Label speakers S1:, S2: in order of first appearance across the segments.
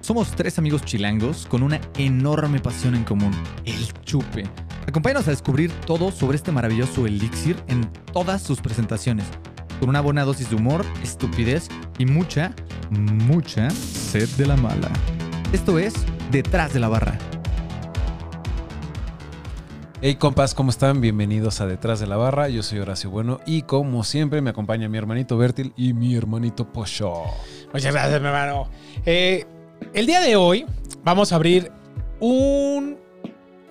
S1: Somos tres amigos chilangos con una enorme pasión en común, el chupe. Acompáñanos a descubrir todo sobre este maravilloso elixir en todas sus presentaciones, con una buena dosis de humor, estupidez y mucha, mucha sed de la mala. Esto es Detrás de la Barra.
S2: Hey compas, ¿cómo están? Bienvenidos a Detrás de la Barra. Yo soy Horacio Bueno y como siempre me acompaña mi hermanito Bertil y mi hermanito Pocho.
S3: Muchas gracias, mi hermano. Eh, el día de hoy vamos a abrir un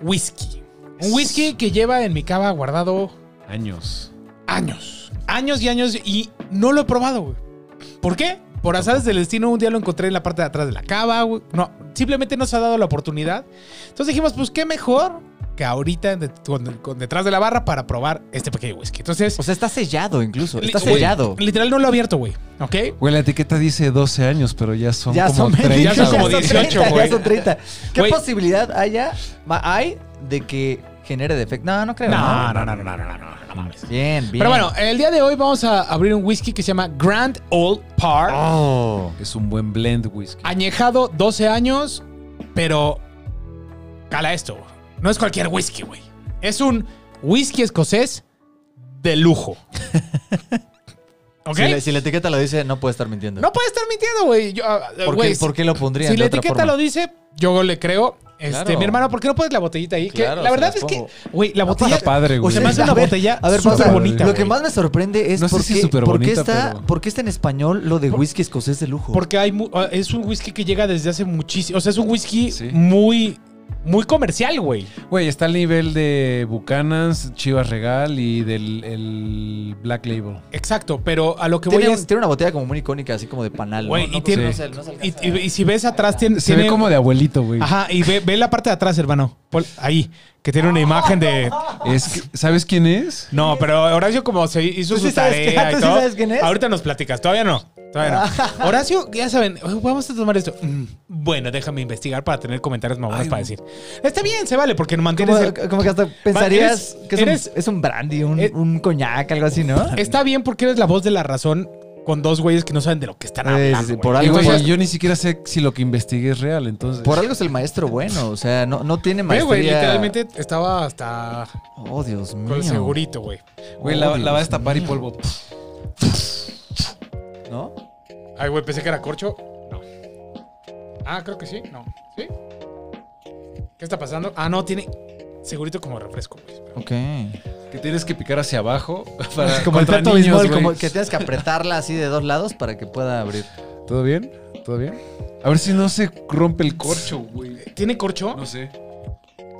S3: whisky. Un whisky que lleva en mi cava guardado
S2: Años.
S3: años. Años y años y no lo he probado, güey. ¿Por qué? Por azares del destino, un día lo encontré en la parte de atrás de la cava, güey. No, simplemente no se ha dado la oportunidad. Entonces dijimos, pues qué mejor que ahorita de- con- con detrás de la barra para probar este pequeño whisky. Entonces,
S1: O sea, está sellado incluso,
S3: li-
S1: está
S3: güey,
S1: sellado.
S3: literal no lo he abierto, güey. ¿Ok?
S2: Güey, la etiqueta dice 12 años, pero ya son
S1: Ya
S2: como
S1: son
S2: 30.
S3: ya son como
S2: güey.
S3: 18,
S1: 30,
S3: güey.
S1: Ya son 30. ¿Qué
S3: Güey.
S1: posibilidad haya, ma- hay de que genere defecto? No, no creo.
S3: No, no, no, no, no, no, no, no, no mames.
S1: Bien, bien.
S3: Pero bueno, el día de hoy vamos a abrir un whisky que se llama Grand Old Park.
S1: Oh.
S2: Es un buen blend whisky.
S3: Añejado 12 años, pero cala esto. güey. No es cualquier whisky, güey. Es un whisky escocés de lujo. ¿Ok?
S1: Si, la, si la etiqueta lo dice, no puede estar mintiendo.
S3: No puede estar mintiendo, güey. Yo, ah,
S1: ¿Por,
S3: güey,
S1: qué, por qué lo pondría?
S3: si la etiqueta lo dice, yo le creo. Este,
S1: Claro.
S3: mi hermano, ¿por qué no pones la botellita ahí? Que
S1: Claro,
S3: la
S1: se
S3: verdad
S1: las
S3: es que,
S1: pongo.
S3: güey, la
S2: Está
S3: botella
S2: padre, güey.
S3: o sea, más
S1: A
S3: una
S1: ver,
S3: botella
S1: a ver,
S3: súper
S1: pasa.
S3: bonita.
S1: Lo que
S3: güey.
S1: más me sorprende es
S2: No sé
S1: por,
S2: si
S1: qué,
S2: súper
S1: por qué
S2: bonita,
S1: está,
S2: pero-
S1: por qué está en español lo de
S3: Por-
S1: whisky escocés de lujo.
S3: Porque hay mu- ah, es un whisky que llega desde hace muchísimo. O sea, es un whisky
S2: Sí.
S3: muy, muy comercial, güey.
S2: Güey, está al nivel de Bucanas, Chivas Regal y del el Black Label.
S3: Exacto, pero a lo que voy
S1: tiene,
S3: es.
S1: un- tiene una botella como muy icónica, así como de panal. ¿no?
S3: Güey,
S1: No,
S3: y
S1: no,
S3: tiene-
S1: no se- no se
S3: Y,
S1: alcanza.
S3: y- y si ves
S1: Ah.
S3: atrás, tiene.
S2: Se ve
S3: tiene-
S2: como de abuelito, güey.
S3: Ajá, y ve, ve la parte de atrás, hermano. Pon- ahí, que tiene una imagen de.
S2: Es que- ¿Sabes quién es?
S3: No, pero Horacio, como se hizo
S1: ¿Tú
S3: su
S1: sí sabes qué-
S3: tarea y
S1: tú sí
S3: todo,
S1: sabes quién es?
S3: Ahorita nos platicas, todavía no. Todavía no. Horacio, ya saben, "Oye, vamos a tomar esto. Mm, bueno, déjame investigar para tener comentarios mamones
S2: Ay,
S3: para decir. Está bien, se vale, porque mantienes
S1: Como,
S3: el,
S1: como que hasta pensarías
S3: eres-
S1: que es,
S3: eres-
S1: un, es un brandy, un,
S3: Eh,
S1: un coñac, algo así, ¿no?
S3: Está bien porque eres la voz de la razón con dos güeyes que no saben de lo que están
S1: Sí, sí,
S3: hablando.
S1: sí,
S3: güey.
S1: por
S2: Y,
S1: algo.
S2: güey,
S1: por-
S2: yo ni siquiera sé si lo que investigué es real, entonces.
S1: Por algo es el maestro bueno, o sea, no, no tiene
S3: Ve,
S1: maestría.
S3: Eh, güey, literalmente estaba hasta
S1: Oh, Dios mío.
S3: con el segurito, güey.
S2: Güey, la,
S1: Oh,
S2: la va a
S1: Dios
S2: destapar y
S1: mío.
S2: polvo.
S1: ¿No?
S3: Ay, güey, pensé que era corcho. No. Ah, creo que sí. No. ¿Sí? ¿Qué está pasando? Ah, no, tiene segurito como refresco, güey.
S1: Ok.
S2: Que tienes que picar hacia abajo para
S1: como el
S2: contra
S1: plato
S2: niños,
S1: béisbol,
S2: güey.
S1: como que tienes que apretarla así de dos lados para que pueda abrir.
S2: ¿Todo bien? ¿Todo bien? A ver si no se rompe el corcho, güey.
S3: ¿Tiene corcho?
S2: No sé.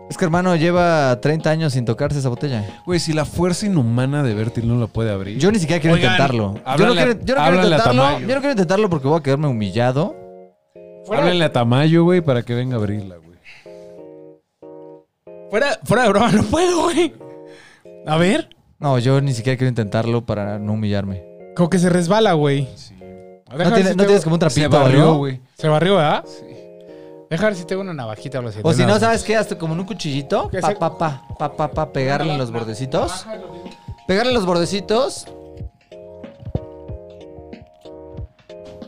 S1: Es que, hermano, lleva 30 años sin tocarse esa botella.
S2: Güey, si la fuerza inhumana de Bertil no la puede abrir.
S1: Yo ni siquiera quiero
S3: Oigan,
S1: intentarlo. Yo no
S2: háblale a-
S1: quiero, yo no quiero
S2: háblale a
S1: intentarlo.
S2: Tamayo.
S1: Yo no quiero intentarlo porque voy a quedarme humillado.
S3: Fuera,
S2: Háblale a Tamayo, güey, para que venga a abrirla, güey.
S3: fuera, fuera de broma, no puedo, güey. A ver.
S1: No, yo ni siquiera quiero intentarlo para no humillarme.
S3: Como que se resbala, güey.
S2: Sí.
S3: Déjame
S1: ¿No,
S3: ver
S1: tiene-
S3: si
S1: no
S3: tengo-
S1: tienes como un trapito
S2: Se
S1: o algo?
S2: barrió, güey.
S3: Se barrió, ¿verdad?
S2: Sí.
S3: Deja ver si tengo una navajita o algo así.
S1: O si
S3: Nada.
S1: no, ¿sabes qué? Hasta como en un cuchillito.
S3: Que
S1: Pa,
S3: se-
S1: pa, pa, pa, pa, pa, pegarle en los bordecitos. Pegarle los bordecitos.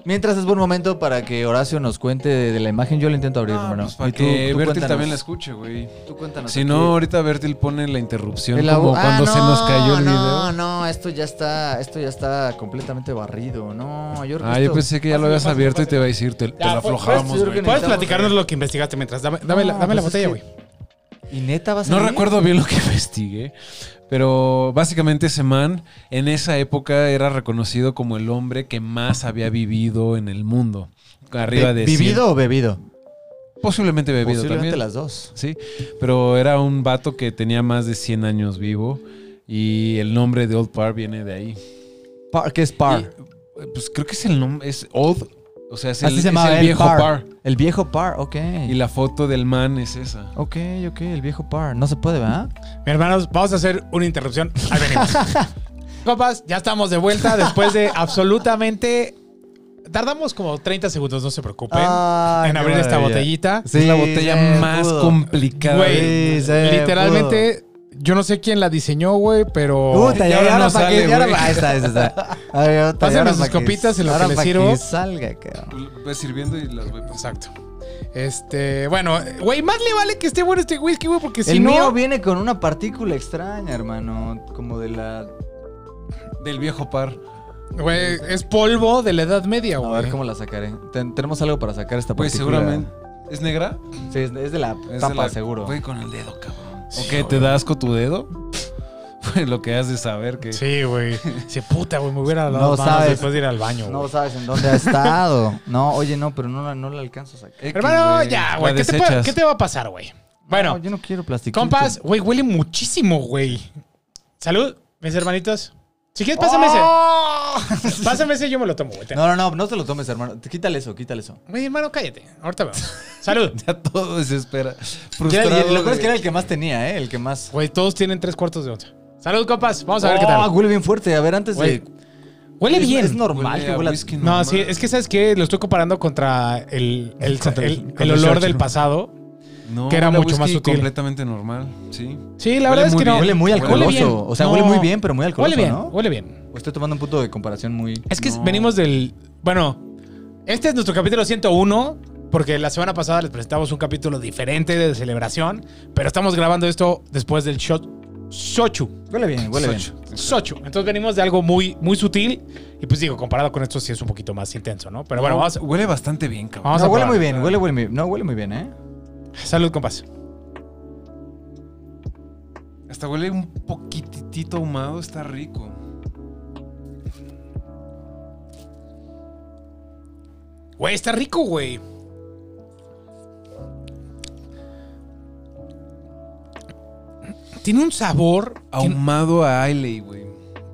S1: Mientras es buen momento para que Horacio nos cuente de, de la imagen, yo la intento abrir,
S2: Ah,
S1: hermano.
S2: pues para
S1: Y tú-
S2: que
S1: tú
S2: Bertil
S1: cuéntanos.
S2: también la escuche, güey.
S1: Tú cuéntanos.
S2: Si
S1: aquí.
S2: no, ahorita Bertil pone la interrupción
S1: El abu-
S2: como
S1: Ah,
S2: cuando se
S1: no,
S2: nos cayó el
S1: No,
S2: video.
S1: no, esto ya está, esto ya está completamente barrido. No, yo creo que
S2: Ah, yo
S1: esto-
S2: pensé que ya lo habías abierto y te iba a decir, te, te
S3: Ya,
S2: la
S3: pues,
S2: aflojamos,
S1: pues, yo creo que
S2: güey.
S3: Puedes
S1: Necesitamos-
S3: platicarnos lo que investigaste mientras. Dame, dame la,
S1: No,
S3: dame la
S1: pues
S3: botella,
S1: es
S3: güey.
S1: que- Y neta vas a
S2: No
S1: salir?
S2: recuerdo bien lo que investigué, pero básicamente ese man en esa época era reconocido como el hombre que más había vivido en el mundo. Arriba
S1: Be-
S2: de 100.
S1: ¿Vivido o bebido?
S2: Posiblemente bebido
S1: Posiblemente
S2: también.
S1: las dos.
S2: Sí, pero era un vato que tenía más de 100 años vivo y el nombre de Old Par viene de ahí.
S1: Par, ¿Qué es par?
S2: Y, eh, pues creo que es el nombre, es Old, o sea, es el,
S1: Así
S2: es
S1: se llamaba
S2: el
S1: el
S2: viejo
S1: par.
S2: par.
S1: El viejo par, ok.
S2: Y la foto del man es esa.
S1: Ok, ok, el viejo par. No se puede, ¿verdad?
S3: Mi hermanos, vamos a hacer una interrupción. Ahí venimos. Copas, ya estamos de vuelta después de absolutamente. Tardamos como 30 segundos, no se preocupen.
S1: Ay,
S3: en
S1: qué
S3: abrir esta
S1: maravilla.
S3: botellita.
S2: es la
S1: Sí,
S2: botella
S1: Ah, se
S2: más
S1: pudo.
S2: complicada.
S3: Güey,
S1: Sí, se
S3: Literalmente, yo no sé quién la diseñó, güey, pero.
S1: Puta,
S2: ya
S1: ya,
S2: Oh. ahora
S1: ahora
S2: no
S1: pa' que-
S2: sale,
S1: ya ahora
S2: güey.
S1: pa- ahí está, ahí está. A ver, ahora
S3: Pásenme
S1: pa'
S3: sus
S1: que-
S3: copitas en lo
S1: ahora
S3: que les
S1: pa'
S3: sirvo.
S1: salga, cabrón.
S2: Ves pues, sirviendo y las voy
S3: Exacto. Este, bueno, güey, más le vale que esté bueno este whisky, güey, porque si
S1: el
S3: no.
S1: mío viene con una partícula extraña, hermano. Como de la.
S2: Del viejo par.
S3: Güey, es polvo de la Edad Media,
S1: A
S3: güey.
S1: ver cómo la sacaré. Ten- tenemos algo para sacar esta
S2: Ah, Güey,
S1: partícula.
S2: seguramente. ¿Es negra?
S1: Sí, es es de la
S2: Es
S1: tapa,
S2: de la-
S1: seguro.
S2: Güey, con el dedo, cabrón.
S3: Sí,
S2: ¿O qué? ¿Te da asco tu dedo? Pues lo que has de saber que.
S3: Sí, güey. Sí, puta, güey, me hubiera dado
S1: No
S3: las manos
S1: sabes.
S3: después de ir al baño,
S1: No
S3: güey.
S1: sabes en dónde ha estado. No, oye, no, pero no la, no la alcanzo a sacar.
S2: X,
S3: Hermano, ya, güey.
S2: La
S3: ¿qué, te pa-
S2: desechas.
S3: qué te va a pasar, güey?
S1: No,
S3: Bueno,
S1: yo no quiero plastiquito.
S3: compas, güey, huele muchísimo, güey. Salud, mis hermanitos. Si quieres, pásame
S1: ¡Oh!
S3: ese. Pásame ese, yo me lo tomo, güey. Ten.
S1: No, no, no, no te lo tomes, hermano. Quítale eso, quítale eso.
S3: Güey, hermano, cállate. Ahorita veo. Salud.
S2: Ya todo desespera.
S1: Que era-
S2: Frustrado.
S1: lo peor es
S2: de-
S1: que era el que más tenía, ¿eh? El que más.
S3: Güey, todos tienen tres cuartos de onza. Salud, compas. Vamos a ver qué
S1: Ah,
S3: tal.
S1: huele bien fuerte. A ver, antes
S3: Güey,
S1: de.
S3: Huele
S1: es-
S3: bien.
S1: Es normal
S2: Huele
S1: que
S2: a
S1: huela.
S2: whisky
S3: No,
S2: normal.
S3: sí, es que sabes que lo estoy comparando contra el, el,
S2: Contra el-
S3: el-
S2: contra
S3: el
S2: el
S3: olor
S2: Churchill.
S3: del pasado.
S2: No,
S3: que era
S2: huele a
S3: mucho más
S2: whisky
S3: sutil.
S2: completamente normal, sí.
S3: Sí,
S2: Huele
S3: la verdad es
S2: muy
S3: que no.
S2: bien.
S1: Huele muy
S2: Huele
S1: alcoholoso.
S3: bien.
S1: o sea,
S3: No.
S1: huele muy bien, pero muy alcoholoso,
S3: Huele bien,
S1: ¿no?
S3: huele bien.
S1: O Estoy tomando un punto de comparación muy.
S3: Es que
S2: No.
S3: venimos del. Bueno, este es nuestro capítulo 101, porque la semana pasada les presentamos un capítulo diferente de celebración, pero estamos grabando esto después del shot. Sochu.
S1: Huele bien, huele bien.
S2: Socho.
S3: Sochu. Entonces venimos de algo muy, muy sutil. Y pues digo, comparado con esto, sí es un poquito más intenso, ¿no? Pero bueno,
S2: No,
S3: vamos.
S2: Huele bastante bien, cabrón.
S3: Vamos
S1: no,
S3: a
S1: huele
S3: probar.
S1: muy bien, huele, huele muy bien. No, huele muy bien, ¿eh?
S3: Salud, compas. Ah.
S2: Hasta huele un poquitito ahumado, está rico.
S3: Güey, está rico, güey. Tiene un sabor que-
S2: Ahumado a Ailey, güey.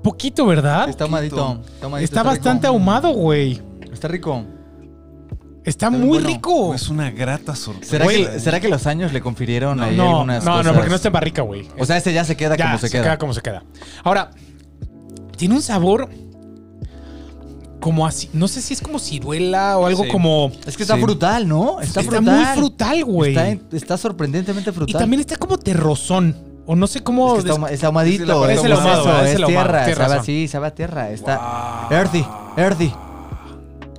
S3: poquito, ¿verdad?
S1: Está ahumadito. Está, ahumadito,
S3: Está
S1: rico.
S3: bastante ahumado, güey.
S1: Está rico.
S3: Está
S1: Está
S3: muy
S1: bueno.
S3: rico.
S2: Es una grata sorpresa.
S1: Uh. ¿Será,
S3: Güey,
S1: que, ¿Será que los años le confirieron ahí
S3: No, no,
S1: algunas cosas?
S3: no, porque no está en barrica, güey.
S1: O sea, este ya se queda
S3: Ya,
S1: como se, queda.
S3: como se queda. Ahora, tiene un sabor como así. No sé si es como ciruela o algo
S2: Sí.
S3: como.
S1: Es que está
S2: Sí.
S1: frutal, ¿no? Está,
S3: Está,
S1: frutal.
S3: muy frutal, güey.
S1: Está, en- está sorprendentemente
S3: Y
S1: frutal.
S3: también está como terrozón. O no sé
S1: es
S3: cómo.
S1: que está, ahuma- está ahumadito.
S2: es la- es el
S1: como
S2: ahumado,
S1: eso,
S3: ah, es
S1: es
S3: el ahumado,
S1: Oh, tierra.
S3: tienes
S1: sabe
S3: razón.
S1: así, sabe a tierra. Está earthy, earthy.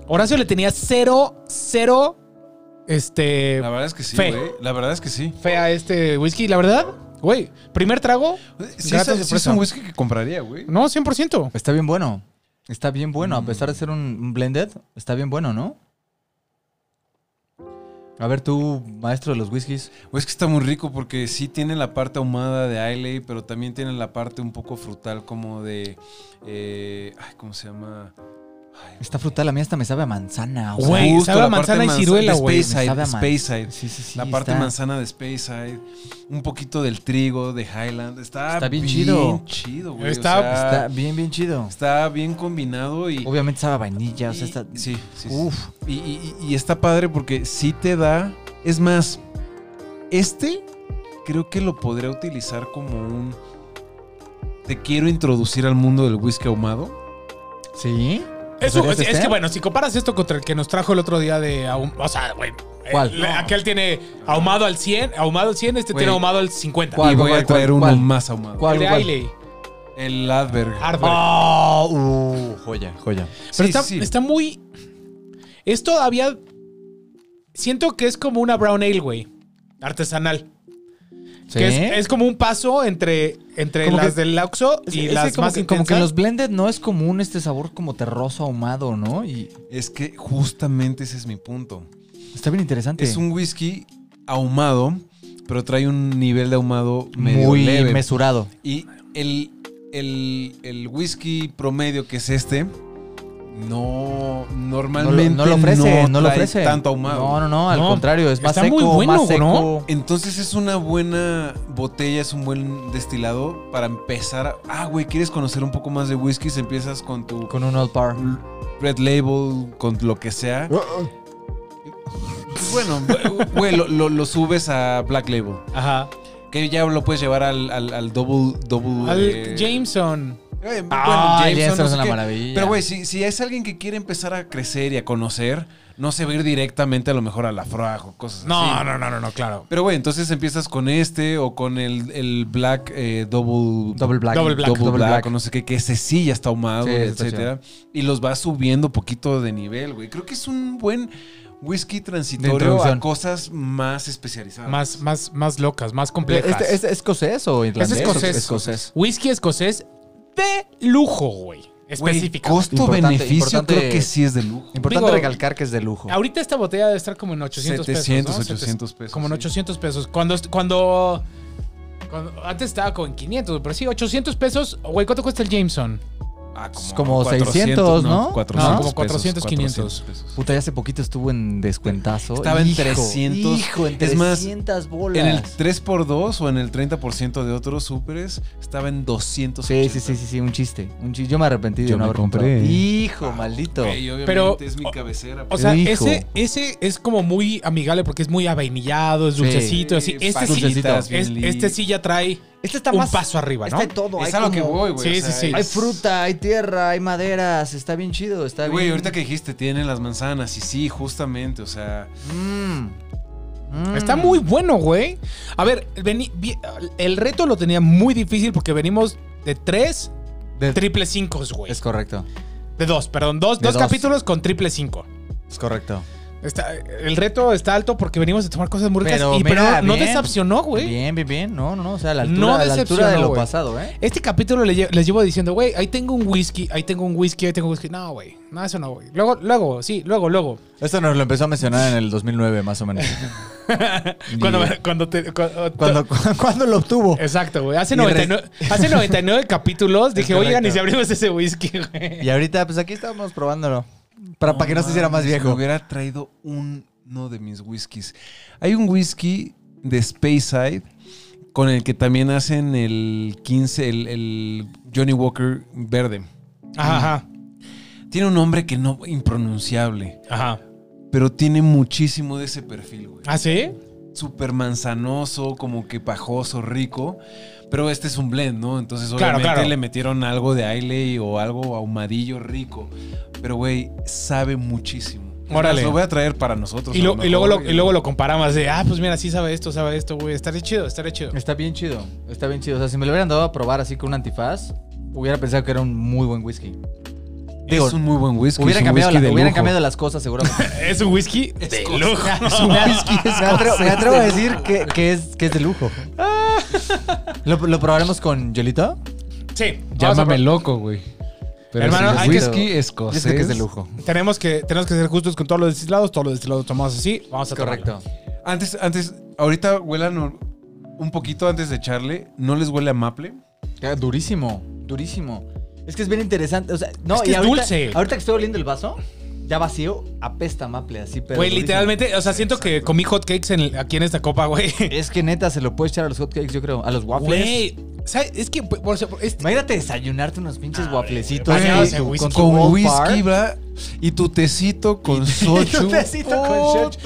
S3: Horacio le tenía cero, cero, este,
S2: La verdad es que sí,
S3: Fe.
S2: güey. La verdad es que sí.
S3: fea este whisky. La verdad, güey, primer trago,
S2: Sí,
S3: Grata
S2: es, sí es
S3: sorpresa.
S2: un whisky que compraría, güey.
S3: no, 100%.
S1: Está bien bueno. Está bien bueno. A pesar de ser un un blended, está bien bueno, ¿no? A ver, tú, maestro de los whiskies.
S2: Güey, Pues Es que está muy rico porque sí tiene la parte ahumada de Ailey, pero también tiene la parte un poco frutal como de... eh, ay, ¿cómo se llama? Ay,
S1: Está frutal, a mí hasta me sabe a manzana. o sea,
S3: Güey,
S2: Justo
S3: sabe a
S2: la parte
S3: manzana y
S2: manza-
S3: ciruela,
S2: de
S3: güey.
S1: Me sabe
S2: Speyside,
S1: a man-
S2: Speyside.
S1: Sí, sí, sí,
S2: la parte
S1: está-
S2: manzana de Speyside, un poquito del trigo de Highland. Está,
S1: Está bien chido.
S2: chido, güey.
S3: Está-
S2: Está,
S1: Está
S2: está,
S1: bien, bien chido.
S2: bien combinado y.
S1: Obviamente sabe a vainilla, o sea,
S2: y-
S1: está...
S2: Sí, sí. sí.
S1: Uf.
S2: Y, y- y- y está padre porque sí te da. Es más, este creo que lo podría utilizar como un. Te quiero introducir al mundo del whisky ahumado.
S1: ¿Sí?
S3: Eso,
S1: ¿Podrías
S3: es, es
S1: estar?
S3: que bueno, si comparas esto contra el que nos trajo el otro día de ahum- o sea, güey, eh,
S1: ¿Cuál?
S3: la- aquel tiene ahumado al 100, ahumado al 100, este
S2: Güey.
S3: tiene ahumado al 50.
S1: ¿Cuál,
S2: y voy
S1: cuál,
S2: a traer
S1: cuál,
S2: uno
S1: cuál?
S2: más ahumado.
S1: ¿Cuál? Ah,
S3: El de Ailey,
S2: El Adberg.
S3: Ardberg.
S1: Oh, uh, joya, joya.
S3: Pero
S2: Sí,
S3: está,
S2: sí.
S3: está muy. Es todavía. Siento que es como una brown ale, güey. Artesanal.
S1: ¿Sí?
S3: Que es, es como un paso entre, entre
S1: Como
S3: las
S1: que-
S3: del Lauxo
S1: Es-
S3: y
S1: es
S3: las
S1: como
S3: más
S1: que, como
S3: intensas.
S1: que en los blended no es común este sabor como terroso ahumado, ¿no? Y
S2: Es que justamente ese es mi punto.
S1: está bien interesante.
S2: Es un whisky ahumado, pero trae un nivel de ahumado medio
S1: muy
S2: leve.
S1: mesurado.
S2: Y el, el- el whisky promedio que es este, no
S1: no,
S2: normalmente
S1: lo, no lo ofrece, no, lo
S2: trae
S1: ofrece.
S2: tanto ahumado.
S1: No, no, no, al
S3: No,
S1: contrario, es más
S3: está
S1: seco,
S3: muy bueno,
S1: más seco.
S3: ¿no?
S2: Entonces es una buena botella, es un buen destilado para empezar. a- Ah, güey, ¿quieres conocer un poco más de whiskies? Empiezas con tu
S1: Con un old par.
S2: Red Label, con lo que sea. Pues Bueno, güey, lo- lo- lo subes a Black Label.
S3: Ajá.
S2: Que ya lo puedes llevar al, al, al double, double.
S3: Al
S2: eh,
S3: Jameson.
S2: eh, bueno,
S1: Ah,
S2: Jameson,
S1: Jameson
S2: no
S1: es
S2: sé
S1: una
S2: qué.
S1: maravilla.
S2: Pero, güey, si, si es alguien que quiere empezar a crecer y a conocer, no se va a ir directamente a lo mejor a la frag o cosas así.
S3: No, no, no, no, no, claro.
S2: Pero bueno, entonces empiezas con este o con el, el Black eh, Double.
S1: Double black.
S3: Double black.
S2: Double black, o no sé qué, que ese sí ya está ahumado,
S1: Sí, está
S2: etcétera. Y los va subiendo poquito de nivel, güey. Creo que es un buen whisky transitorio a
S1: introducción.
S2: cosas más especializadas.
S3: Más, más, más locas, más complejas.
S1: ¿Este, ¿Es escocés o irlandés?
S3: escocés.
S1: escocés.
S3: Whisky escocés de lujo, güey.
S2: Güey,
S3: Específico.
S2: Costo-beneficio
S1: importante-
S2: creo que sí es de lujo.
S1: Importante
S3: Digo,
S1: recalcar que es de lujo.
S3: Ahorita esta botella debe estar como en 800
S2: 700,
S3: pesos. ¿no?
S2: 800 pesos,
S3: Como en
S2: sí.
S3: 800 pesos. Cuando, cuando, cuando- Antes estaba con 500, pero sí, 800 pesos. Güey, ¿cuánto cuesta el Jameson?
S2: Ah,
S1: Como 600, ¿no?
S2: 400
S3: No, como
S2: pesos,
S3: 400, 500.
S2: pesos.
S1: Puta, ya hace poquito estuvo en descuentazo.
S2: Estaba en
S1: Hijo,
S2: 300.
S1: Hijo, en
S2: Es más,
S1: 300 bolas.
S2: En el 3x2 o en el 30% de otros súperes estaba en 200.
S1: Sí, sí, sí, sí, sí, un chiste. Un chiste. Yo me arrepentí de
S2: Yo
S1: no
S2: me
S1: haber
S2: compré.
S1: comprado. Hijo, maldito.
S2: Pero
S3: Pero-
S2: es mi cabecera. pues,
S3: O sea,
S1: Hijo.
S3: ese, ese es como muy amigable porque es muy avainillado, es
S1: Sí.
S3: dulcecito,
S2: Sí,
S3: así. Este sí,
S1: dulcecito.
S2: pasitas, bien
S3: es-
S2: lit.
S3: este sí ya trae
S1: Este está
S3: un
S1: más.
S3: paso arriba, ¿no?
S1: Está de todo.
S2: Es
S1: hay
S2: a lo que
S1: como-
S2: voy, güey.
S3: Sí,
S2: o sea,
S3: sí, sí.
S1: Hay
S2: es-
S1: fruta, hay tierra, hay maderas. Está bien chido. Está
S2: Güey,
S1: bien.
S2: ahorita que dijiste, tienen las manzanas. Y sí, justamente. O sea,
S1: Mm. Mm.
S3: Está muy bueno, güey. A ver, veni- vi- el reto lo tenía muy difícil porque venimos de tres
S1: De-
S3: triple cinco, güey.
S1: Es correcto.
S3: De dos, perdón. Dos,
S1: De
S3: dos,
S1: dos.
S3: capítulos con triple cinco.
S1: Es correcto.
S3: Está, el reto está alto porque venimos de tomar cosas muy ricas.
S1: Pero
S3: y, pero
S1: mira,
S3: no
S1: bien.
S3: decepcionó, güey.
S1: Bien, bien, bien. No, no, no. O sea, a la altura,
S3: No
S1: a la altura de
S3: decepcionó,
S1: lo
S3: güey.
S1: pasado, ¿eh?
S3: Este capítulo le lle- les llevo diciendo, güey, ahí tengo un whisky, ahí tengo un whisky, ahí tengo un whisky. No, güey. No, eso no, güey. Luego, luego, sí, luego, luego.
S1: Esto nos lo empezó a mencionar en el 2009, más o menos.
S3: Cuando,
S1: Y-
S3: cuando te. Cuando,
S1: cuando, cuando lo obtuvo.
S3: Exacto, güey. Hace
S1: Y res-
S3: 99, hace 99 capítulos dije, oigan, y
S1: correcto.
S3: si abrimos ese whisky, güey.
S1: Y ahorita, pues aquí estamos probándolo. Para, para que no se hiciera más
S2: mames, Me
S1: viejo.
S2: hubiera traído uno de mis whiskies. Hay un whisky de Speyside con el que también hacen el 15, el, el Johnny Walker verde.
S3: Ajá,
S2: Tiene un nombre que no, impronunciable,
S3: ajá.
S2: pero tiene muchísimo de ese perfil, güey.
S3: ¿Ah, sí?
S2: Súper manzanoso, como que pajoso, rico. Pero este es un blend, ¿no? Entonces,
S3: Claro,
S2: obviamente
S3: claro.
S2: le metieron algo de Islay o algo ahumadillo rico. Pero, güey, sabe muchísimo. Es más,
S3: Órale.
S2: Lo voy a traer para nosotros.
S3: Y,
S2: a
S3: lo- y luego
S2: mejor,
S3: lo, y luego lo comparamos de, ah, pues mira, sí sabe esto, sabe esto, güey. Estaré chido, estaré chido.
S1: Está bien chido. Está bien chido. O sea, si me lo hubieran dado a probar así con un antifaz, hubiera pensado que era un muy buen whisky. Digo,
S2: es un muy buen whisky.
S1: hubieran
S2: es un
S1: cambiado, la-
S2: whisky de
S1: hubieran
S2: lujo.
S1: cambiado las cosas, seguramente.
S3: Es un whisky de lujo.
S1: Me atrevo, me atrevo a decir que, que es, que es de lujo. ¿Lo, lo probaremos con Yolito?
S3: Sí, vamos a
S2: Llámame
S3: probar.
S2: loco, güey. Pero
S3: Hermano,
S2: si es
S3: hay que-
S2: whisky
S1: Yo
S2: escocés.
S1: sé que es de lujo.
S3: Tenemos que, tenemos que ser justos con todos los destilados. Todos los destilados tomados así. Vamos a
S1: Correcto.
S3: tomarlo.
S2: Antes, antes, ahorita huelan un- un poquito antes de echarle. ¿No les huele a maple?
S1: Ah, Durísimo, durísimo. Es que es bien interesante. O sea, no,
S3: Es que
S1: y
S3: es
S1: ahorita,
S3: dulce.
S1: Ahorita que estoy oliendo el vaso, ya vacío, apesta maple así, pero.
S3: Güey,
S1: durísimo.
S3: literalmente, o sea, siento que comí hot cakes en- aquí en esta copa, güey.
S1: Es que neta, se lo puedes echar a los hotcakes, yo creo. A los waffles.
S3: Güey, ¿sabes? Es que, por, por- este-
S1: Imagínate desayunarte unos pinches wafflecitos.
S3: güey, bañados
S1: así,
S3: en whisky.
S1: tu
S2: Con
S1: Gold
S2: whisky,
S1: Bar.
S2: va. Y tu tecito con
S1: Y
S2: sochu.
S1: tu tecito con shochu.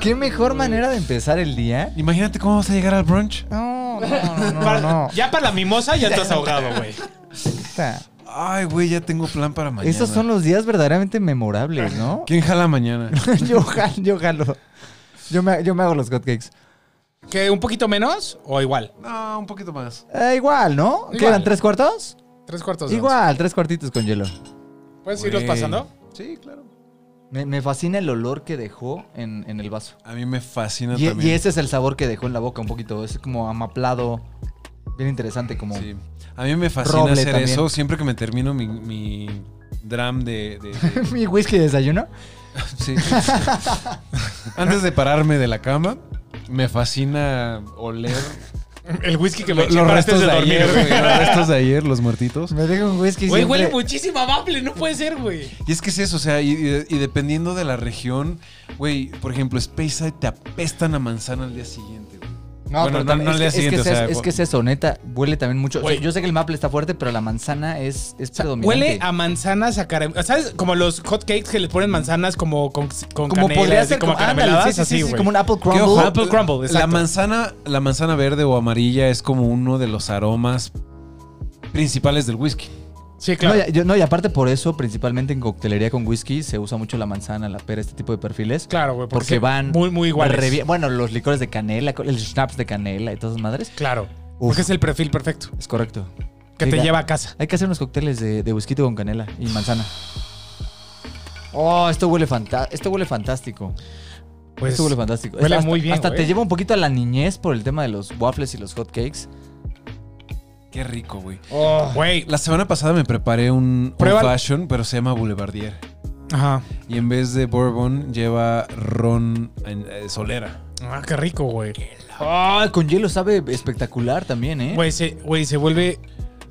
S1: Qué mejor manera de empezar el día.
S2: Imagínate cómo vas a llegar al brunch.
S1: No, no,
S3: para- ya para la mimosa ya estás ahogado, güey.
S2: Ay, güey, ya tengo plan para mañana.
S1: Esos son los días verdaderamente memorables, ¿no?
S2: ¿Quién jala mañana?
S1: yo, jalo, yo jalo. Yo me, yo me hago los hotcakes.
S3: ¿Que un poquito menos o igual?
S2: No, un poquito más.
S1: Eh, igual, ¿no?
S3: Igual.
S1: ¿Quedan tres cuartos?
S3: Tres cuartos. de
S1: igual, tres cuartitos con hielo.
S3: once. ¿Puedes irlos
S2: Güey.
S3: pasando?
S2: Sí, claro.
S1: Me, me fascina el olor que dejó en, en el vaso.
S2: A mí me fascina
S1: Y,
S2: también.
S1: y ese es el sabor que dejó en la boca un poquito. Es como amaplado. Bien interesante como...
S2: Sí. A mí me fascina
S1: Roble
S2: hacer
S1: también.
S2: eso. Siempre que me termino mi, mi dram de. de- de-
S1: Mi whisky de desayuno.
S2: sí. Antes de pararme de la cama, me fascina oler
S3: El whisky que me
S2: lo-
S3: eché
S2: los
S3: para antes
S2: restos de,
S3: de dormir,
S2: ayer.
S3: güey.
S2: güey, Los restos de ayer, los muertitos.
S1: Me dejo un whisky
S3: Güey,
S1: siempre-
S3: huele muchísimo a maple, no puede ser, güey.
S2: Y es que es eso, o sea, y, y- y dependiendo de la región, güey, por ejemplo, Speyside te apestan a manzana al día siguiente, güey.
S1: No,
S2: Bueno,
S1: pero
S2: no-
S1: también-
S2: no al día
S1: es, que- es
S2: siguiente,
S1: que
S2: o
S1: es-
S2: sea,
S1: es que es eso, neta, huele también mucho. O sea,
S3: Güey.
S1: yo sé que el maple está fuerte, pero la manzana es, es predominante.
S3: Huele a manzanas a caramelo. ¿Sabes? Como los hot cakes que les ponen manzanas como con, con
S1: como
S3: canela,
S1: podría
S3: así
S1: ser
S3: como
S1: como, ándale,
S3: carameladas,
S1: sí, sí,
S3: así,
S1: sí, sí,
S3: güey.
S1: como un apple crumble.
S2: Que, ojo,
S3: Apple crumble,
S2: la
S3: exacto.
S2: manzana, la manzana verde o amarilla es como uno de los aromas principales del whisky.
S3: Sí, claro.
S1: No, y- yo- no, y aparte por eso, principalmente en coctelería con whisky, se usa mucho la manzana, la pera, este tipo de perfiles.
S3: claro, güey.
S1: Porque van
S3: Muy, muy iguales.
S1: Revi- Bueno, los licores de canela, los schnapps de canela y todas esas madres.
S3: Claro.
S1: Uf.
S3: Porque es el perfil perfecto
S1: Es correcto.
S3: que te
S1: Diga-
S3: lleva a casa.
S1: Hay que hacer unos cócteles de, de whisky con canela y manzana. Oh, esto huele, fanta- esto huele fantástico.
S3: Pues,
S1: esto huele fantástico.
S3: huele
S1: hasta,
S3: muy bien,
S1: Hasta
S3: güey.
S1: te lleva un poquito a la niñez por el tema de los waffles y los hotcakes.
S2: Qué rico, güey.
S3: güey.
S2: La semana pasada me preparé un old
S3: Prueba-
S2: fashion, pero se llama Boulevardier.
S3: Ajá.
S2: Y en vez de bourbon, lleva ron en- eh, solera.
S3: Ah, qué rico, güey.
S1: Ah, con hielo sabe espectacular también, ¿eh?
S3: Güey, se, güey, se vuelve.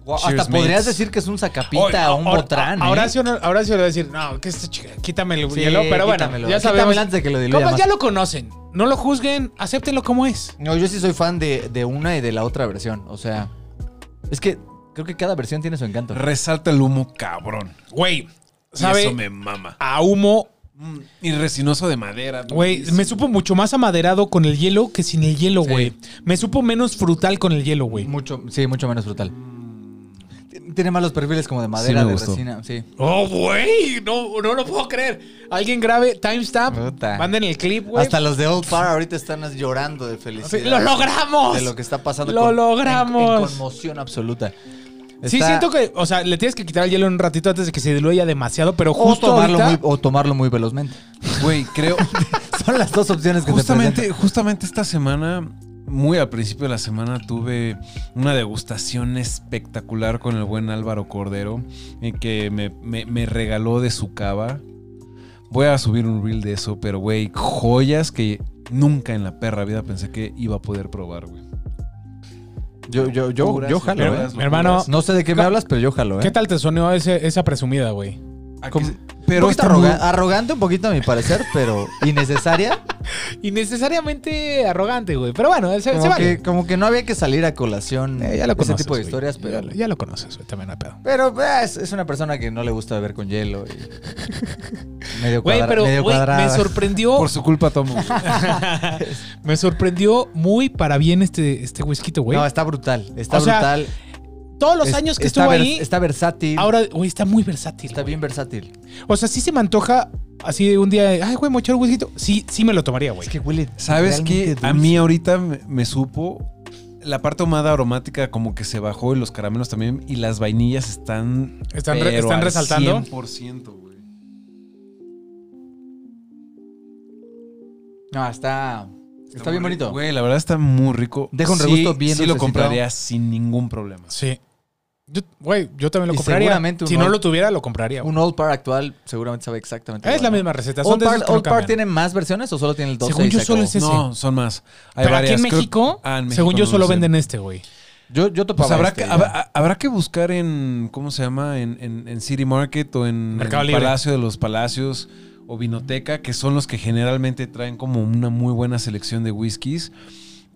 S1: Guau,
S2: cheers,
S1: hasta podrías
S2: mates.
S1: decir que es un
S3: Oye,
S1: zacapita o un
S3: ahora-
S1: botrán.
S3: a-
S1: ¿eh?
S3: Horacio, no- a Horacio le va a decir, no, que este chica, quítame el
S1: Sí,
S3: hielo. Pero bueno,
S1: quítamelo.
S3: ya
S1: Quítamelo
S3: sabemos.
S1: antes de que lo diluya
S3: Compas,
S1: más.
S3: ya lo conocen. No lo juzguen, acéptenlo como es.
S1: No, yo sí soy fan de, de una y de la otra versión. O sea, es que creo que cada versión tiene su encanto.
S2: Resalta el humo cabrón.
S3: Güey,
S2: Y
S3: ¿sabe?
S2: eso me mama.
S3: A humo,
S2: Mm, Y resinoso de madera.
S3: güey.
S2: durísimo.
S3: Me supo mucho más amaderado con el hielo que sin el hielo, güey. Me supo menos frutal con el hielo, güey.
S1: Mucho, sí, mucho menos frutal. T- Tiene malos perfiles como de madera,
S2: me
S1: de
S2: gustó.
S1: resina. Sí.
S3: Oh, güey, no, no lo puedo creer. Alguien grabe timestamp,
S1: Puta.
S3: manden el clip, güey.
S1: Hasta los de Old Par ahorita están as- llorando de felicidad.
S3: Sí, ¡Lo logramos!
S1: De lo que está pasando.
S3: ¡Lo logramos!
S1: En, en conmoción absoluta.
S3: Sí,
S1: Está-
S3: siento que, o sea, le tienes que quitar el hielo un ratito antes de que se diluya demasiado, pero
S1: O
S3: justo
S1: tomarlo,
S3: ahorita-
S1: muy, o tomarlo muy velozmente.
S2: Güey, creo.
S1: Son las dos opciones que te
S2: justamente,
S1: presentan.
S2: justamente esta semana, muy al principio de la semana, tuve una degustación espectacular con el buen Álvaro Cordero, eh, que me, me- me regaló de su cava. Voy a subir un reel de eso, pero güey, joyas que nunca en la perra vida pensé que iba a poder probar, güey.
S1: Yo, yo, yo, yo jalo, ¿eh?
S3: Pero, mi hermano,
S1: No sé de qué me hablas, pero yo jalo, ¿eh?
S3: ¿qué tal te sonó ese- esa presumida, güey?
S2: Aquí
S1: Como-
S2: se-
S1: Pero
S2: Pero
S1: poquito
S2: está muy-
S1: arroga- arrogante un poquito a mi parecer, pero innecesaria.
S3: Innecesariamente arrogante, güey. Pero bueno, se, se
S1: como,
S3: vale.
S1: que, como que no había que salir a colación
S3: Eh, ya lo
S1: ese
S3: conoces,
S1: tipo de
S3: güey.
S1: historias, pero,
S3: Ya, ya lo conoces, güey. También no hay pedo.
S1: pero eh, es, es una persona que no le gusta beber con hielo. Y medio
S3: Güey,
S1: cuadra-
S3: pero
S1: medio
S3: güey, me
S1: cuadrada.
S3: sorprendió.
S2: Por su culpa tomo.
S3: me sorprendió muy para bien este, este whisky, güey.
S1: No, está brutal, está
S3: O sea,
S1: brutal.
S3: Todos los
S1: Es-
S3: años que
S1: está
S3: estuvo
S1: vers-
S3: ahí,
S1: Está versátil,
S3: ahora, güey, está muy versátil.
S1: está
S3: güey.
S1: bien versátil.
S3: O sea, sí se me antoja así de un día, ay, güey, me voy a echar un whisky. Sí, sí me lo tomaría, güey.
S1: Es que huele
S2: ¿Sabes qué?
S1: realmente
S2: A
S1: dulce.
S2: mí ahorita me, me supo. La parte ahumada aromática como que se bajó y los caramelos también. Y las vainillas están.
S3: Están re-
S2: pero
S3: están
S2: al
S3: resaltando.
S2: 100%, güey.
S1: No, está, está, bien
S2: muy
S1: bonito.
S2: rico. Güey, la verdad está muy rico.
S1: Deja un
S2: Sí,
S1: regusto bien
S2: Sí, lo
S1: dulcecito.
S2: compraría sin ningún problema.
S3: Sí. Yo, güey, yo también lo
S1: Y
S3: compraría.
S1: seguramente un
S3: si no
S1: Old-
S3: lo tuviera, lo compraría. güey.
S1: Un Old Par actual seguramente sabe exactamente.
S3: Es
S1: igual,
S3: la
S1: ¿no?
S3: misma receta. Son
S1: Old
S3: de esos
S1: Par,
S3: que no
S1: Old Par
S3: cambian.
S1: tiene más versiones o solo tiene el 12
S3: Según
S1: y
S3: yo
S1: se
S3: solo
S1: acabó?
S3: es ese.
S2: No, son más. Hay
S3: Pero
S2: varias.
S3: aquí en
S2: creo-
S3: México,
S2: Ah, en México
S3: según yo,
S2: no lo
S3: solo
S2: sé.
S3: venden este, güey.
S1: Yo, yo topaba
S2: Pues habrá,
S1: este,
S2: que,
S1: ya.
S2: habrá, habrá que buscar en, ¿cómo se llama? En, en- en City Market o en,
S3: Mercado
S2: el
S3: Libre.
S2: Palacio de los Palacios o Vinoteca, que son los que generalmente traen como una muy buena selección de whiskies,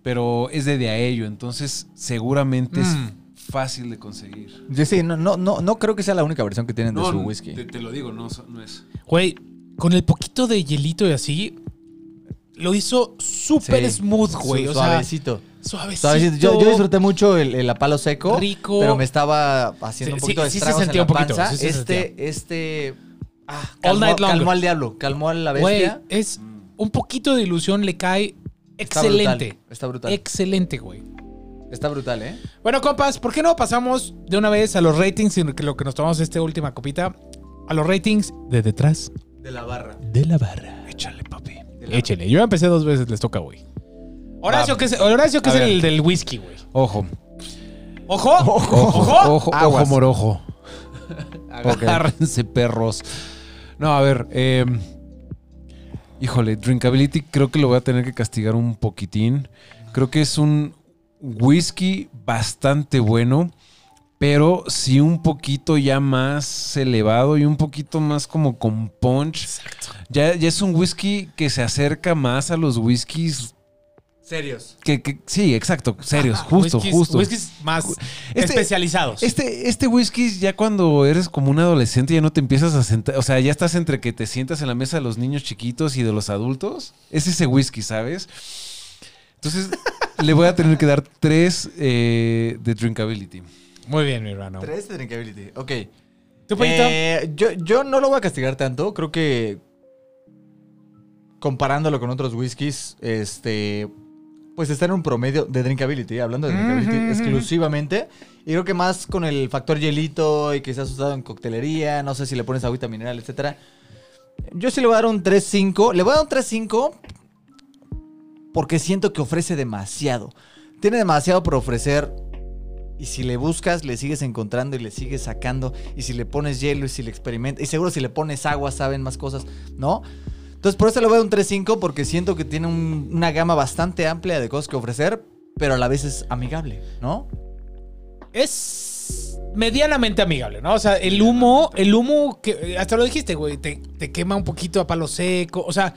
S2: pero es de, de a ello, entonces seguramente
S3: Mm.
S2: es fácil de conseguir.
S1: Yo sí, no, no, no, no creo que sea la única versión que tienen de su whisky.
S2: Te, te lo digo, no, so- no es.
S3: Güey, con el poquito de hielito y así, lo hizo súper
S1: Sí.
S3: smooth, güey.
S1: Su-
S3: O sea,
S1: suavecito.
S3: suavecito.
S1: suavecito. Yo, yo disfruté mucho el, el apalo seco.
S3: Rico.
S1: Pero me estaba haciendo
S3: Sí,
S1: un poquito
S3: sí,
S1: de
S3: sí se
S1: estragos
S3: sentía
S1: en
S3: un
S1: la
S3: poquito,
S1: panza.
S3: sí se
S1: este, este... ah,
S3: All
S1: calmó,
S3: night long.
S1: calmó al diablo, calmó a la
S3: Güey,
S1: bestia.
S3: es un poquito de ilusión, le cae
S1: Está brutal,
S3: excelente.
S1: Está brutal.
S3: Excelente, güey.
S1: Está brutal, ¿eh?
S3: Bueno, compas, ¿por qué no pasamos de una vez a los ratings, sino que lo que nos tomamos esta última copita, a los ratings de detrás
S1: De la barra.
S3: de la barra? Échale, papi.
S1: la-
S3: Échale. Yo ya empecé dos veces, les toca, güey. Horacio, que es, Horacio, que
S2: A
S3: es
S2: ver.
S3: el del whisky, güey.
S2: Ojo,
S3: ¡Ojo! ¡Ojo!
S2: ojo, ojo,
S1: aguas.
S2: morojo.
S1: Ok.
S2: Agárrense, perros. No, a ver. eh, híjole, Drinkability creo que lo voy a tener que castigar un poquitín. Creo que es un whisky bastante bueno, pero sí un poquito ya más elevado y un poquito más como con punch. Ya, ya es un whisky que se acerca más a los whiskies.
S1: Serios.
S2: Que, que- sí, exacto, serios, justo,
S3: Ah, Whiskies-
S2: justo.
S3: Whiskies más
S2: Este-
S3: especializados.
S2: Este, este whisky, ya cuando eres como un adolescente, ya no te empiezas a sentar. O sea, ya estás entre que te sientas en la mesa de los niños chiquitos y de los adultos. Es ese whisky, ¿sabes? Entonces, le voy a tener que dar tres eh, de drinkability.
S3: Muy bien, mi hermano.
S1: Tres de drinkability. Ok.
S3: ¿Tú, Pollito?
S1: Eh, yo, yo no lo voy a castigar tanto. Creo que comparándolo con otros whiskies, este, pues está en un promedio de drinkability. Hablando de drinkability
S3: Ujú, ujú.
S1: exclusivamente. Y creo que más con el factor hielito y que se ha usado en coctelería. No sé si le pones agüita mineral, etcétera. Yo sí le voy a dar un 3-5. Le voy a dar un 3-5 porque siento que ofrece demasiado. Tiene demasiado por ofrecer. Y si le buscas, le sigues encontrando y le sigues sacando. Y si le pones hielo y si le experimentas. Y seguro si le pones agua, saben más cosas, ¿no? Entonces por eso le voy a dar un 3-5 porque siento que tiene un- una gama bastante amplia de cosas que ofrecer. Pero a la vez es amigable, ¿no?
S3: es medianamente amigable, ¿no? O sea, el humo, el humo que hasta lo dijiste, güey, te, te quema un poquito a palo seco, o sea,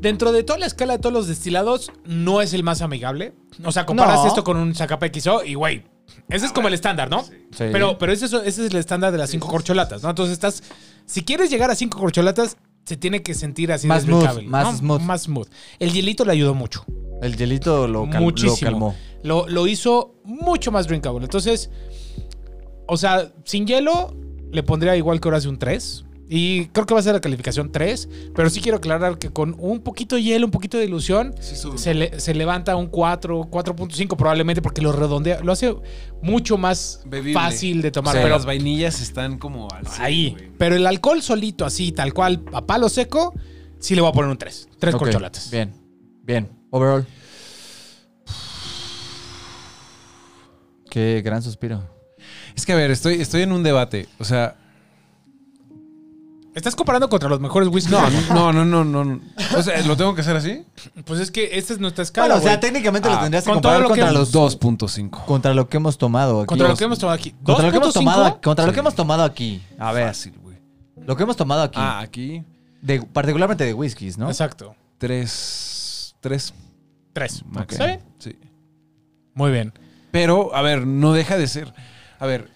S3: dentro de toda la escala de todos los destilados no es el más amigable. O sea, comparas
S1: No.
S3: esto con un Zacapa XO y güey, ese es como el estándar, ¿no? Pero, pero ese, es- ese es el estándar de las cinco corcholatas, ¿no? Entonces estás, si quieres llegar a cinco corcholatas, se tiene que sentir así
S1: Más
S3: de
S1: smooth,
S3: drinkable,
S1: más
S3: ¿no?
S1: smooth.
S3: Más smooth. El hielito le ayudó mucho.
S1: el hielito lo, cal- lo
S3: Muchísimo.
S1: calmó.
S3: Lo, lo hizo mucho más drinkable. Entonces, o sea, sin hielo le pondría igual que ahora hace un 3. Y creo que va a ser la calificación 3. Pero sí quiero aclarar que con un poquito de hielo, un poquito de ilusión, se, le- se levanta un 4, 4.5 probablemente porque lo redondea. Lo hace mucho más
S2: Bebible.
S3: fácil de tomar.
S2: pero
S3: pero
S2: las vainillas están como al cien,
S3: ahí.
S2: güey.
S3: pero el alcohol solito, así, tal cual, a palo seco, sí le voy a poner un 3. 3
S1: Ok,
S3: corcholatas.
S1: Bien, bien. Overall. Qué gran suspiro.
S2: Es que a ver, estoy, estoy en un debate. O sea,
S3: Estás comparando contra los mejores whiskies.
S2: no, no, no, no, no, no. O sea, ¿lo tengo que hacer así?
S3: Pues es que esta es nuestra escala.
S1: Claro, o sea,
S3: güey.
S1: técnicamente lo
S2: Ah,
S1: tendrías que
S3: con
S1: comparar
S3: todo lo que
S1: contra
S3: hemos-
S1: los dos.
S2: 2.5.
S1: Contra lo que hemos tomado aquí.
S3: Contra lo que hemos tomado aquí.
S1: Contra lo que hemos tomado,
S3: 2.5.
S1: contra lo
S2: Sí.
S1: que hemos tomado aquí.
S2: A ver. Fácil, güey.
S1: Lo que hemos tomado aquí.
S2: Ah, aquí.
S1: de- particularmente de whiskies, ¿no?
S3: Exacto.
S2: 3. 3.
S3: 3. ¿Está bien?
S2: Sí.
S3: Muy bien.
S2: Pero, a ver, no deja de ser. A ver,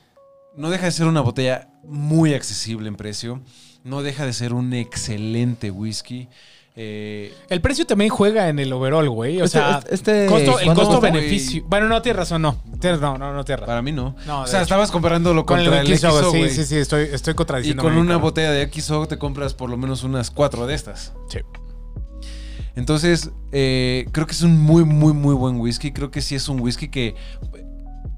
S2: no deja de ser una botella muy accesible en precio. No deja de ser un excelente whisky. Eh,
S3: El precio también juega en el overall, güey. O
S1: Este-
S3: sea,
S1: este- este-
S3: costo- el
S1: ¿cuánto cuesta?
S3: costo-beneficio. Bueno, no, tienes razón, no. Tienes- no, no, no, tienes razón.
S2: para mí no.
S3: No,
S2: o
S3: de
S2: sea,
S3: hecho.
S2: estabas comparándolo
S3: Con el
S2: contra el, XO,
S3: XO, sí,
S2: güey.
S3: sí, sí, estoy, estoy
S2: Y
S3: contradiciendo.
S2: con una botella de XO te compras por lo menos unas cuatro de estas.
S3: Sí.
S2: Entonces, eh, creo que es un muy, muy, muy buen whisky. Creo que sí es un whisky que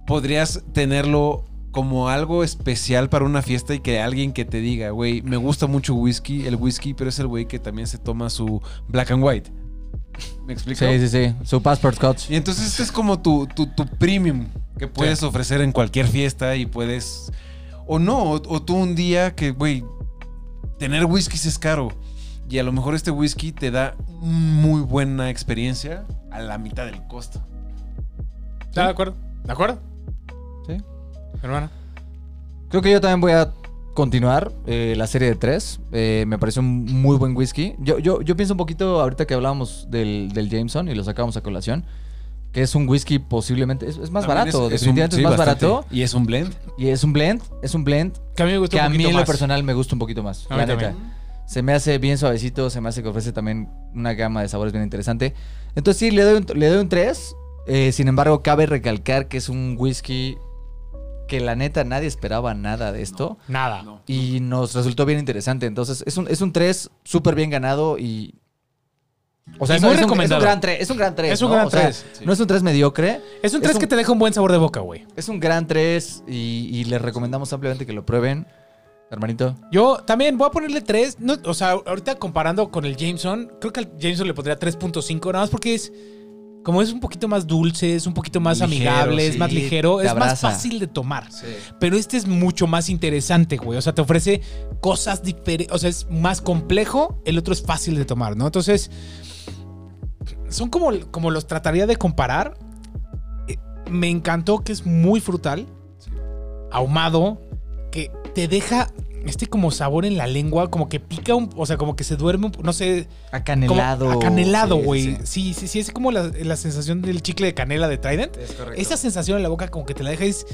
S2: podrías tenerlo como algo especial para una fiesta y que alguien que te diga, güey, me gusta mucho whisky, el whisky, pero es el güey que también se toma su black and white. ¿Me explico?
S1: Sí, sí, sí. Su passport scotch.
S2: Y entonces este es como tu, tu, tu premium que puedes ofrecer en cualquier fiesta y puedes... O no, o, o tú un día que, güey, tener whiskies es caro. Y a lo mejor este whisky te da muy buena experiencia a la mitad del costo.
S3: ¿Está de acuerdo? ¿De acuerdo?
S1: Sí.
S3: Hermana.
S1: Creo que yo también voy a continuar eh, la serie de tres. Eh, me parece un muy buen whisky. Yo, yo, yo pienso un poquito ahorita que hablábamos del, del Jameson y lo sacábamos a colación. Que es un whisky posiblemente. Es, es más
S2: También
S1: barato,
S2: es- es un-
S1: definitivamente es,
S2: sí,
S1: más
S2: bastante.
S1: barato.
S2: Y es un blend.
S1: Y es un blend, es un blend
S3: Que a mí me gusta
S1: que
S3: un
S1: a mí
S3: poquito
S1: en lo
S3: más.
S1: personal me gusta un poquito más.
S3: A
S1: la
S3: mí
S1: neta.
S3: también.
S1: Se me hace bien suavecito, se me hace que ofrece también una gama de sabores bien interesante. Entonces sí, le doy un, le doy un 3. sin embargo, cabe recalcar que es un whisky que la neta nadie esperaba nada de esto.
S3: Nada.
S1: Y nos resultó bien interesante. Entonces, es un, es un 3 súper bien ganado y... O
S3: Y
S1: es, es un,
S3: muy
S1: es un
S3: recomendado.
S1: gran 3. Es un gran 3.
S3: Es un gran tres,
S1: No es un 3 mediocre.
S3: Es un
S1: Es
S3: 3 que
S1: un-
S3: te deja un buen sabor de boca, güey.
S1: Es un gran 3 y, y les recomendamos ampliamente que lo prueben. Hermanito.
S3: Yo también voy a ponerle 3. No, o sea, ahorita comparando con el Jameson, creo que al Jameson le pondría 3.5, nada más porque es. Como es un poquito más dulce, es un poquito más
S2: Ligero,
S3: amigable, es
S2: sí,
S3: más ligero,
S1: te
S3: es más
S1: abraza.
S3: fácil de tomar. Pero este es mucho más interesante, güey. O sea, te ofrece cosas diferentes. O sea, es más complejo, el otro es fácil de tomar, ¿no? Entonces, son como, como los trataría de comparar. Eh, Me encantó que es muy frutal, ahumado, que te deja este como sabor en la lengua, como que pica, un, o sea, como que se duerme, un po- no sé, como
S1: Acanelado.
S3: acanelado,
S1: Sí,
S3: güey.
S1: sí,
S3: Sí sí. sí, es como la, la sensación del chicle de canela de Trident.
S1: Es correcto.
S3: Esa sensación en la boca como que te la deja es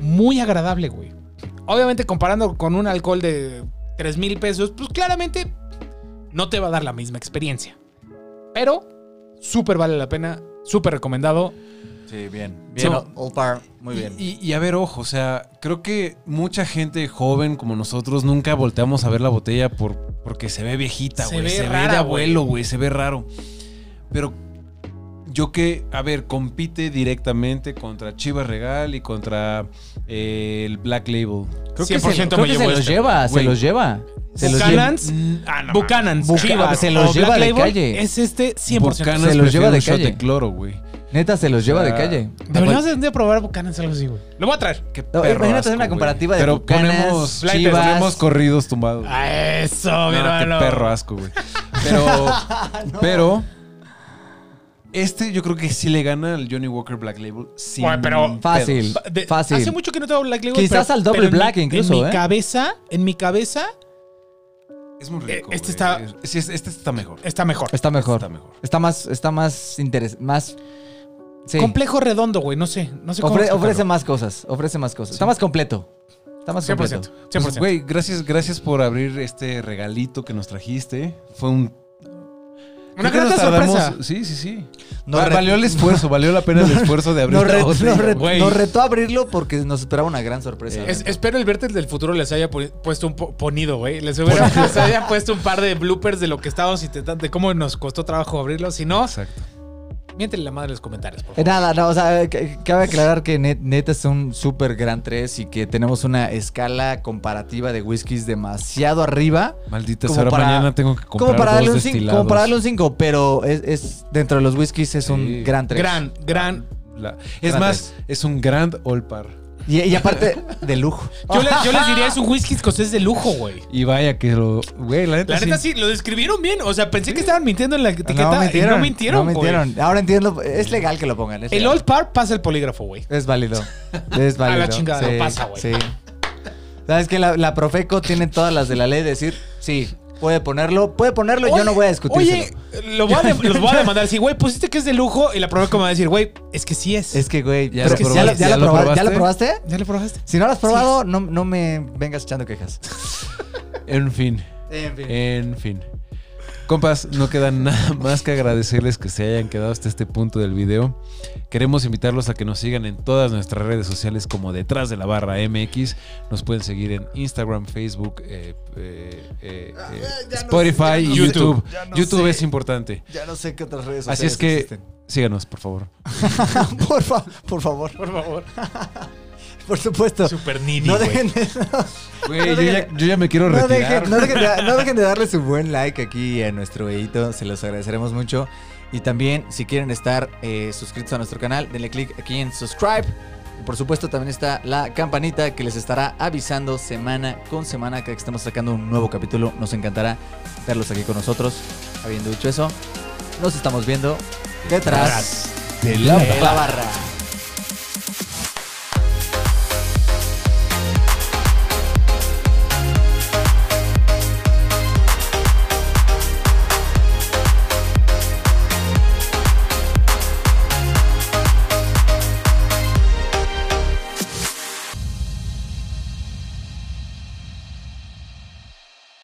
S3: muy agradable, güey. Obviamente comparando con un alcohol de 3 mil pesos, pues claramente no te va a dar la misma experiencia. Pero súper vale la pena, Súper recomendado.
S1: Sí, bien. Bien,
S2: So-
S1: Old Par, muy
S2: Y-
S1: bien.
S2: Y, y a ver, ojo, o sea, creo que mucha gente joven como nosotros nunca volteamos a ver la botella por, porque se ve viejita,
S3: Se
S2: güey.
S3: ve
S2: Se, ve de
S3: rara, güey.
S2: abuelo, güey. Se ve raro. Pero yo que, a ver, compite directamente contra Chivas Regal y contra eh, el Black Label.
S1: Creo que
S3: 100%
S1: creo
S3: me
S1: que
S3: llevo este.
S1: lleva,
S2: Güey.
S1: lleva.
S3: Buchanan's.
S2: Mm, Ah, no.
S3: Buchanan's.
S1: Buca-
S3: Chivas,
S1: se los
S3: o
S1: lleva
S3: Black
S1: de
S3: Label,
S1: calle.
S3: Es este 100%.
S2: Bucanas
S1: Se los lleva
S2: prefiere
S1: de
S2: un shot
S1: calle.
S2: de cloro, güey.
S1: Neta, se los lleva de
S2: Ah.
S1: calle.
S3: Deberíamos de un día probar Buchanan's algo así, güey. Lo voy a traer.
S2: Qué
S1: No,
S2: perro
S1: imagínate hacer
S2: asco,
S1: una
S2: güey.
S1: comparativa de
S2: Pero
S1: Bucanas,
S2: ponemos,
S3: Flight,
S1: Chivas.
S2: ponemos corridos tumbados. güey.
S1: Ah,
S3: A eso,
S2: No,
S3: mi hermano.
S2: qué perro asco, güey. Pero, pero este yo creo que sí le gana al Johnny Walker Black Label. Sin
S3: Güey, pero-
S1: Fácil,
S3: Pa- de-
S1: fácil.
S3: Hace mucho que no tengo Black Label.
S1: Quizás
S3: pero-
S1: al Double
S3: pero en mi-
S1: Black incluso,
S3: En mi
S1: ¿eh?
S3: cabeza, en mi cabeza,
S2: Es muy rico.
S3: Eh, este
S2: güey.
S3: está-
S2: Es- sí, es- este está mejor. Este
S3: está mejor.
S1: Está mejor.
S2: Está mejor.
S1: Está más, está más interes, más. Sí.
S3: Complejo redondo, güey. No sé. No sé cómo
S1: Ofre-
S3: explicarlo.
S1: ofrece más cosas. Ofrece más cosas. Está más completo. Está más
S3: 100%.
S1: completo.
S2: Pues,
S3: 100%.
S2: güey, gracias, gracias por abrir este regalito que nos trajiste. Fue un.
S3: Una
S2: creo que
S3: grata
S2: nos tardamos-
S3: sorpresa.
S2: Sí, sí, sí.
S1: Nos
S2: Va-
S1: re-
S2: valió el esfuerzo, valió la pena el esfuerzo de abrir
S1: Nos,
S2: la
S1: re-
S2: botella,
S1: nos re-
S2: güey.
S1: nos retó a abrirlo porque nos esperaba una gran sorpresa.
S3: Es- espero el Vertex del futuro les haya pu- puesto un po- ponido, güey. Les,
S1: Pues
S3: hubiera- les haya puesto un par de bloopers de lo que estábamos intentando, de cómo nos costó trabajo abrirlo. Si no,
S2: Exacto.
S3: miéntenle la madre en los comentarios, por
S1: Eh,
S3: favor.
S1: Nada, no, o sea, eh, c- cabe aclarar que net- neta es un súper gran 3 y que tenemos una escala comparativa de whiskies demasiado arriba.
S2: Maldita
S1: Como
S2: sea, ahora
S1: para-
S2: mañana tengo que comprar
S1: Como para, darle
S2: dos
S1: un cinco,
S2: destilados.
S1: como para darle un 5, pero es, es- dentro de los whiskies es
S2: Sí.
S1: un gran 3.
S3: Gran, gran.
S2: La- es
S1: Gran
S2: más, es un grand all par.
S1: Y, y aparte, de lujo.
S3: Yo, le- yo les diría, es un whisky escocés de lujo, güey.
S2: Y vaya que lo. Güey, la neta,
S3: La neta sí, lo describieron bien. O sea, pensé que estaban mintiendo en la etiqueta. eh, No mintieron, no mintieron,
S1: no
S3: güey.
S1: mintieron. Ahora entiendo, es legal que lo pongan. es
S3: El
S1: legal.
S3: Old Par pasa el polígrafo, güey.
S1: Es válido. Es válido.
S3: chingada, lo pasa, güey.
S1: Sí. Sabes que la, la Profeco tiene todas las de la ley de decir, sí, puede ponerlo, puede ponerlo, yo no voy a discutir.
S3: Oye, lo voy a de- los voy a demandar. Si, güey, pusiste que es de lujo y la probé como va a decir, güey, es que sí es.
S1: Es que, güey,
S2: Ya
S1: pero-
S2: lo
S1: ¿ya
S2: probaste,
S1: lo- ya
S2: ya
S1: lo
S2: lo
S1: proba- ¿ya lo probaste?
S3: ¿Ya lo probaste?
S1: Si no lo has probado, no, no me vengas echando quejas.
S2: En fin,
S1: En fin.
S2: en fin. Compas, no queda nada más que agradecerles que se hayan quedado hasta este punto del video. Queremos invitarlos a que nos sigan en todas nuestras redes sociales como detrás de la barra MX. Nos pueden seguir en Instagram, Facebook, eh, eh, eh,
S1: Ah,
S2: eh, Spotify y YouTube. YouTube es importante.
S1: Ya no sé qué otras redes
S2: Así es que síganos, por favor.
S1: por, fa- por favor,
S3: Por favor.
S1: por supuesto.
S3: Super needy,
S1: No
S3: güey.
S1: dejen, de,
S2: Güey,
S1: No
S2: yo, ya,
S1: dejen-
S2: yo ya me quiero
S1: no,
S2: retirar.
S1: dejen, no dejen de, no dejen de darle su buen like aquí a nuestro videito. Se los agradeceremos mucho. Y también, si quieren estar eh, suscritos a nuestro canal, denle click aquí en subscribe. Y por supuesto, también está la campanita que les estará avisando semana con semana que estemos sacando un nuevo capítulo. Nos encantará verlos aquí con nosotros. Habiendo dicho eso, nos estamos viendo detrás
S2: De
S1: de la barra.